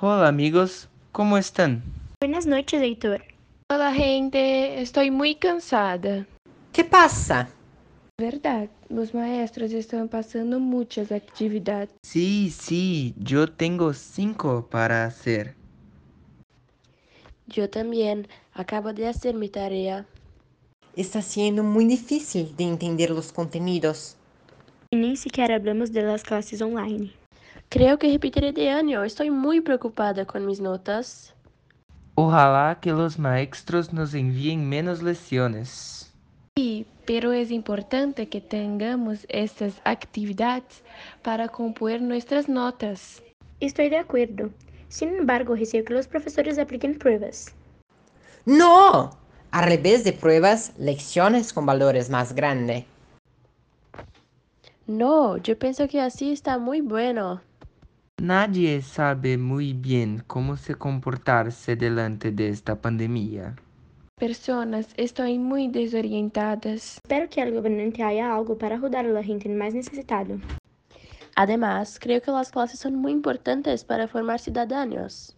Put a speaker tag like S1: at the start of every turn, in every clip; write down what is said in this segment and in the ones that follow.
S1: Hola amigos, ¿cómo están?
S2: Buenas noches, Heitor.
S3: Hola gente, estoy muy cansada.
S4: ¿Qué pasa?
S3: Verdad, los maestros están pasando muchas actividades.
S1: Sí, sí, yo tengo cinco para hacer.
S5: Yo también acabo de hacer mi tarea.
S4: Está siendo muy difícil de entender los contenidos.
S2: Y nem sequer hablamos de las clases online.
S5: Creo que repetiré de año. Estoy muy preocupada con mis notas.
S1: Ojalá que los maestros nos envíen menos lecciones.
S3: Sí, pero es importante que tengamos estas actividades para compor nuestras notas.
S2: Estoy de acuerdo. Sin embargo, receio que los profesores apliquen pruebas.
S4: ¡No! Al revés de pruebas, lecciones con valores más grandes.
S5: No, yo pienso que así está muy bueno.
S1: Nadie sabe muy bien cómo se comportarse delante de esta pandemia.
S3: Personas están muy desorientadas.
S2: Espero que el gobernante haya algo para ajudar a la gente más necesitada.
S5: Además, creo que las clases son muy importantes para formar ciudadanos.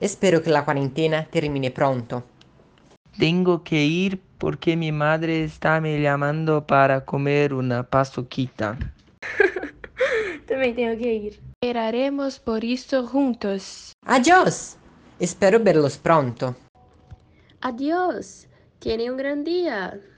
S4: Espero que la cuarentena termine pronto.
S1: Tengo que ir porque mi madre está me llamando para comer una pasoquita.
S2: Também tenho que ir.
S3: Esperaremos por esto juntos.
S4: ¡Adiós! Espero verlos pronto.
S5: Adiós. Tiene un gran día.